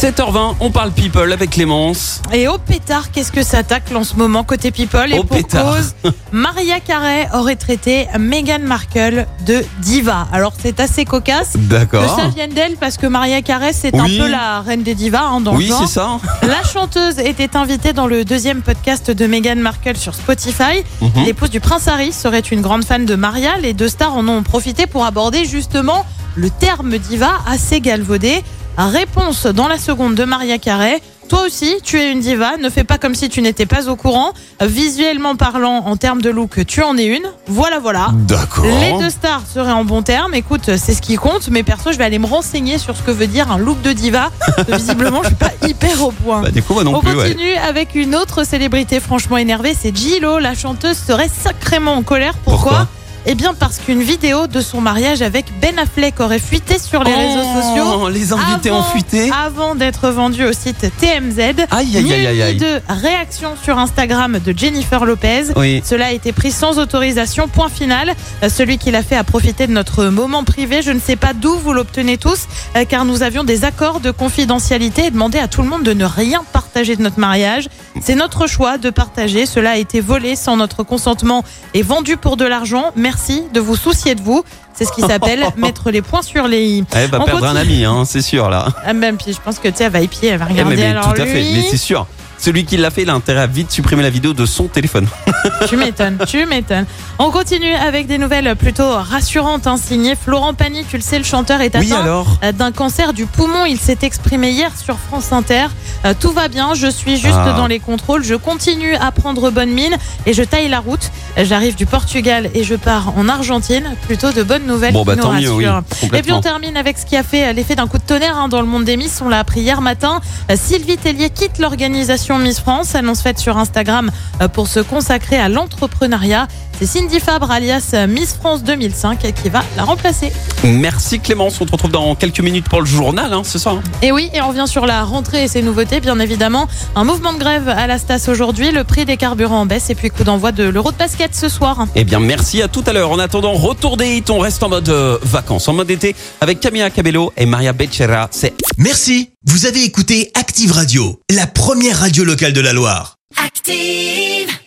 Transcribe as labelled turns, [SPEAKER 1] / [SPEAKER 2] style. [SPEAKER 1] 7h20, on parle people avec Clémence.
[SPEAKER 2] Et au pétard, qu'est-ce que ça tacle en ce moment côté people Et
[SPEAKER 1] Au
[SPEAKER 2] pour
[SPEAKER 1] Oh, pétard.
[SPEAKER 2] cause, Maria Carey aurait traité Meghan Markle de diva. Alors c'est assez cocasse que
[SPEAKER 1] D'accord.
[SPEAKER 2] ça vienne d'elle parce que Maria Carey c'est
[SPEAKER 1] Oui.
[SPEAKER 2] un peu la reine des divas hein, dans le
[SPEAKER 1] Oui,
[SPEAKER 2] genre.
[SPEAKER 1] c'est ça.
[SPEAKER 2] La chanteuse était invitée dans le deuxième podcast de Meghan Markle sur Spotify.
[SPEAKER 1] Mhm.
[SPEAKER 2] L'épouse du prince Harry serait une grande fan de Maria. Les deux stars en ont profité pour aborder justement le terme diva assez galvaudé. Réponse dans la seconde de Maria Carré. Toi aussi, tu es une diva. Ne fais pas comme si tu n'étais pas au courant. Visuellement parlant, en termes de look, tu en es une. Voilà, voilà.
[SPEAKER 1] D'accord.
[SPEAKER 2] Les deux stars seraient en bon terme. Écoute, c'est ce qui compte. Mais perso, je vais aller me renseigner sur ce que veut dire un look de diva. Visiblement, je suis pas hyper au point.
[SPEAKER 1] Bah, du coup, moi non
[SPEAKER 2] On
[SPEAKER 1] plus, ouais.
[SPEAKER 2] continue avec une autre célébrité franchement énervée, c'est Gillo. La chanteuse serait sacrément en colère. Pourquoi,
[SPEAKER 1] Pourquoi
[SPEAKER 2] Eh bien parce qu'une vidéo de son mariage avec Ben Affleck aurait fuité sur les réseaux
[SPEAKER 1] Oh,
[SPEAKER 2] sociaux
[SPEAKER 1] Les invités ont
[SPEAKER 2] Avant-
[SPEAKER 1] fuité.
[SPEAKER 2] avant d'être vendue au site TMZ.
[SPEAKER 1] Aïe, aïe, aïe, aïe,
[SPEAKER 2] Ni une, ni
[SPEAKER 1] aïe.
[SPEAKER 2] deux réactions sur Instagram de Jennifer Lopez.
[SPEAKER 1] Oui.
[SPEAKER 2] Cela a été pris sans autorisation, point final. Euh, Celui qui l'a fait a profité de notre moment privé. Je ne sais pas d'où vous l'obtenez tous, euh, car nous avions des accords de confidentialité et demandé à tout le monde de ne rien partager de notre mariage. C'est notre choix de partager. Cela a été volé sans notre consentement et vendu pour de l'argent. Merci de vous soucier de vous. C'est ce qui s'appelle mettre les points sur les i.
[SPEAKER 1] Elle Eh, va
[SPEAKER 2] On
[SPEAKER 1] perdre un
[SPEAKER 2] continue.
[SPEAKER 1] ami, hein, c'est sûr, là.
[SPEAKER 2] Ah, même puis je pense que tu sais, elle va épier, elle va
[SPEAKER 1] Eh,
[SPEAKER 2] regarder
[SPEAKER 1] mais, mais
[SPEAKER 2] alors
[SPEAKER 1] tout à
[SPEAKER 2] lui,
[SPEAKER 1] fait, mais c'est sûr. Celui qui l'a fait, il a intérêt à vite supprimer la vidéo de son téléphone.
[SPEAKER 2] Tu m'étonnes, tu m'étonnes. On continue avec des nouvelles plutôt rassurantes, hein, signées Florent Pagny. Tu le sais, le chanteur est
[SPEAKER 1] Oui,
[SPEAKER 2] atteint
[SPEAKER 1] alors
[SPEAKER 2] euh, d'un cancer du poumon. Il s'est exprimé hier sur France Inter. Euh, tout va bien, je suis juste
[SPEAKER 1] Ah.
[SPEAKER 2] dans les contrôles. Je continue à prendre bonne mine et je taille la route. Euh, J'arrive du Portugal et je pars en Argentine. Plutôt de bonnes nouvelles.
[SPEAKER 1] Bon,
[SPEAKER 2] qui
[SPEAKER 1] bah
[SPEAKER 2] nous
[SPEAKER 1] tant mieux, oui.
[SPEAKER 2] rassurent. Et puis Eh on
[SPEAKER 1] Complètement.
[SPEAKER 2] termine avec ce qui a fait euh, l'effet d'un coup de tonnerre hein, dans le monde des Miss. On l'a appris hier matin. Euh, Sylvie Tellier quitte l'organisation Miss France, annonce faite sur Instagram euh, pour se consacrer à l'entrepreneuriat. C'est Cindy Fabre alias euh, Miss France 2005 euh, qui va la remplacer.
[SPEAKER 1] Merci Clémence, on te retrouve dans quelques minutes pour le journal, hein, c'est ça hein
[SPEAKER 2] Et oui, et on revient sur la rentrée et ses nouveautés, bien évidemment. Un mouvement de grève à la Stas aujourd'hui, le prix des carburants en baisse et puis coup d'envoi de l'euro de basket ce soir. hein.
[SPEAKER 1] Eh bien, merci à tout à l'heure. En attendant, retour des hits, on reste en mode euh, vacances, en mode été, avec Camila Cabello et Maria Becerra. C'est
[SPEAKER 3] Merci, vous avez écouté Active Radio, la première radio locale de la Loire.
[SPEAKER 4] active.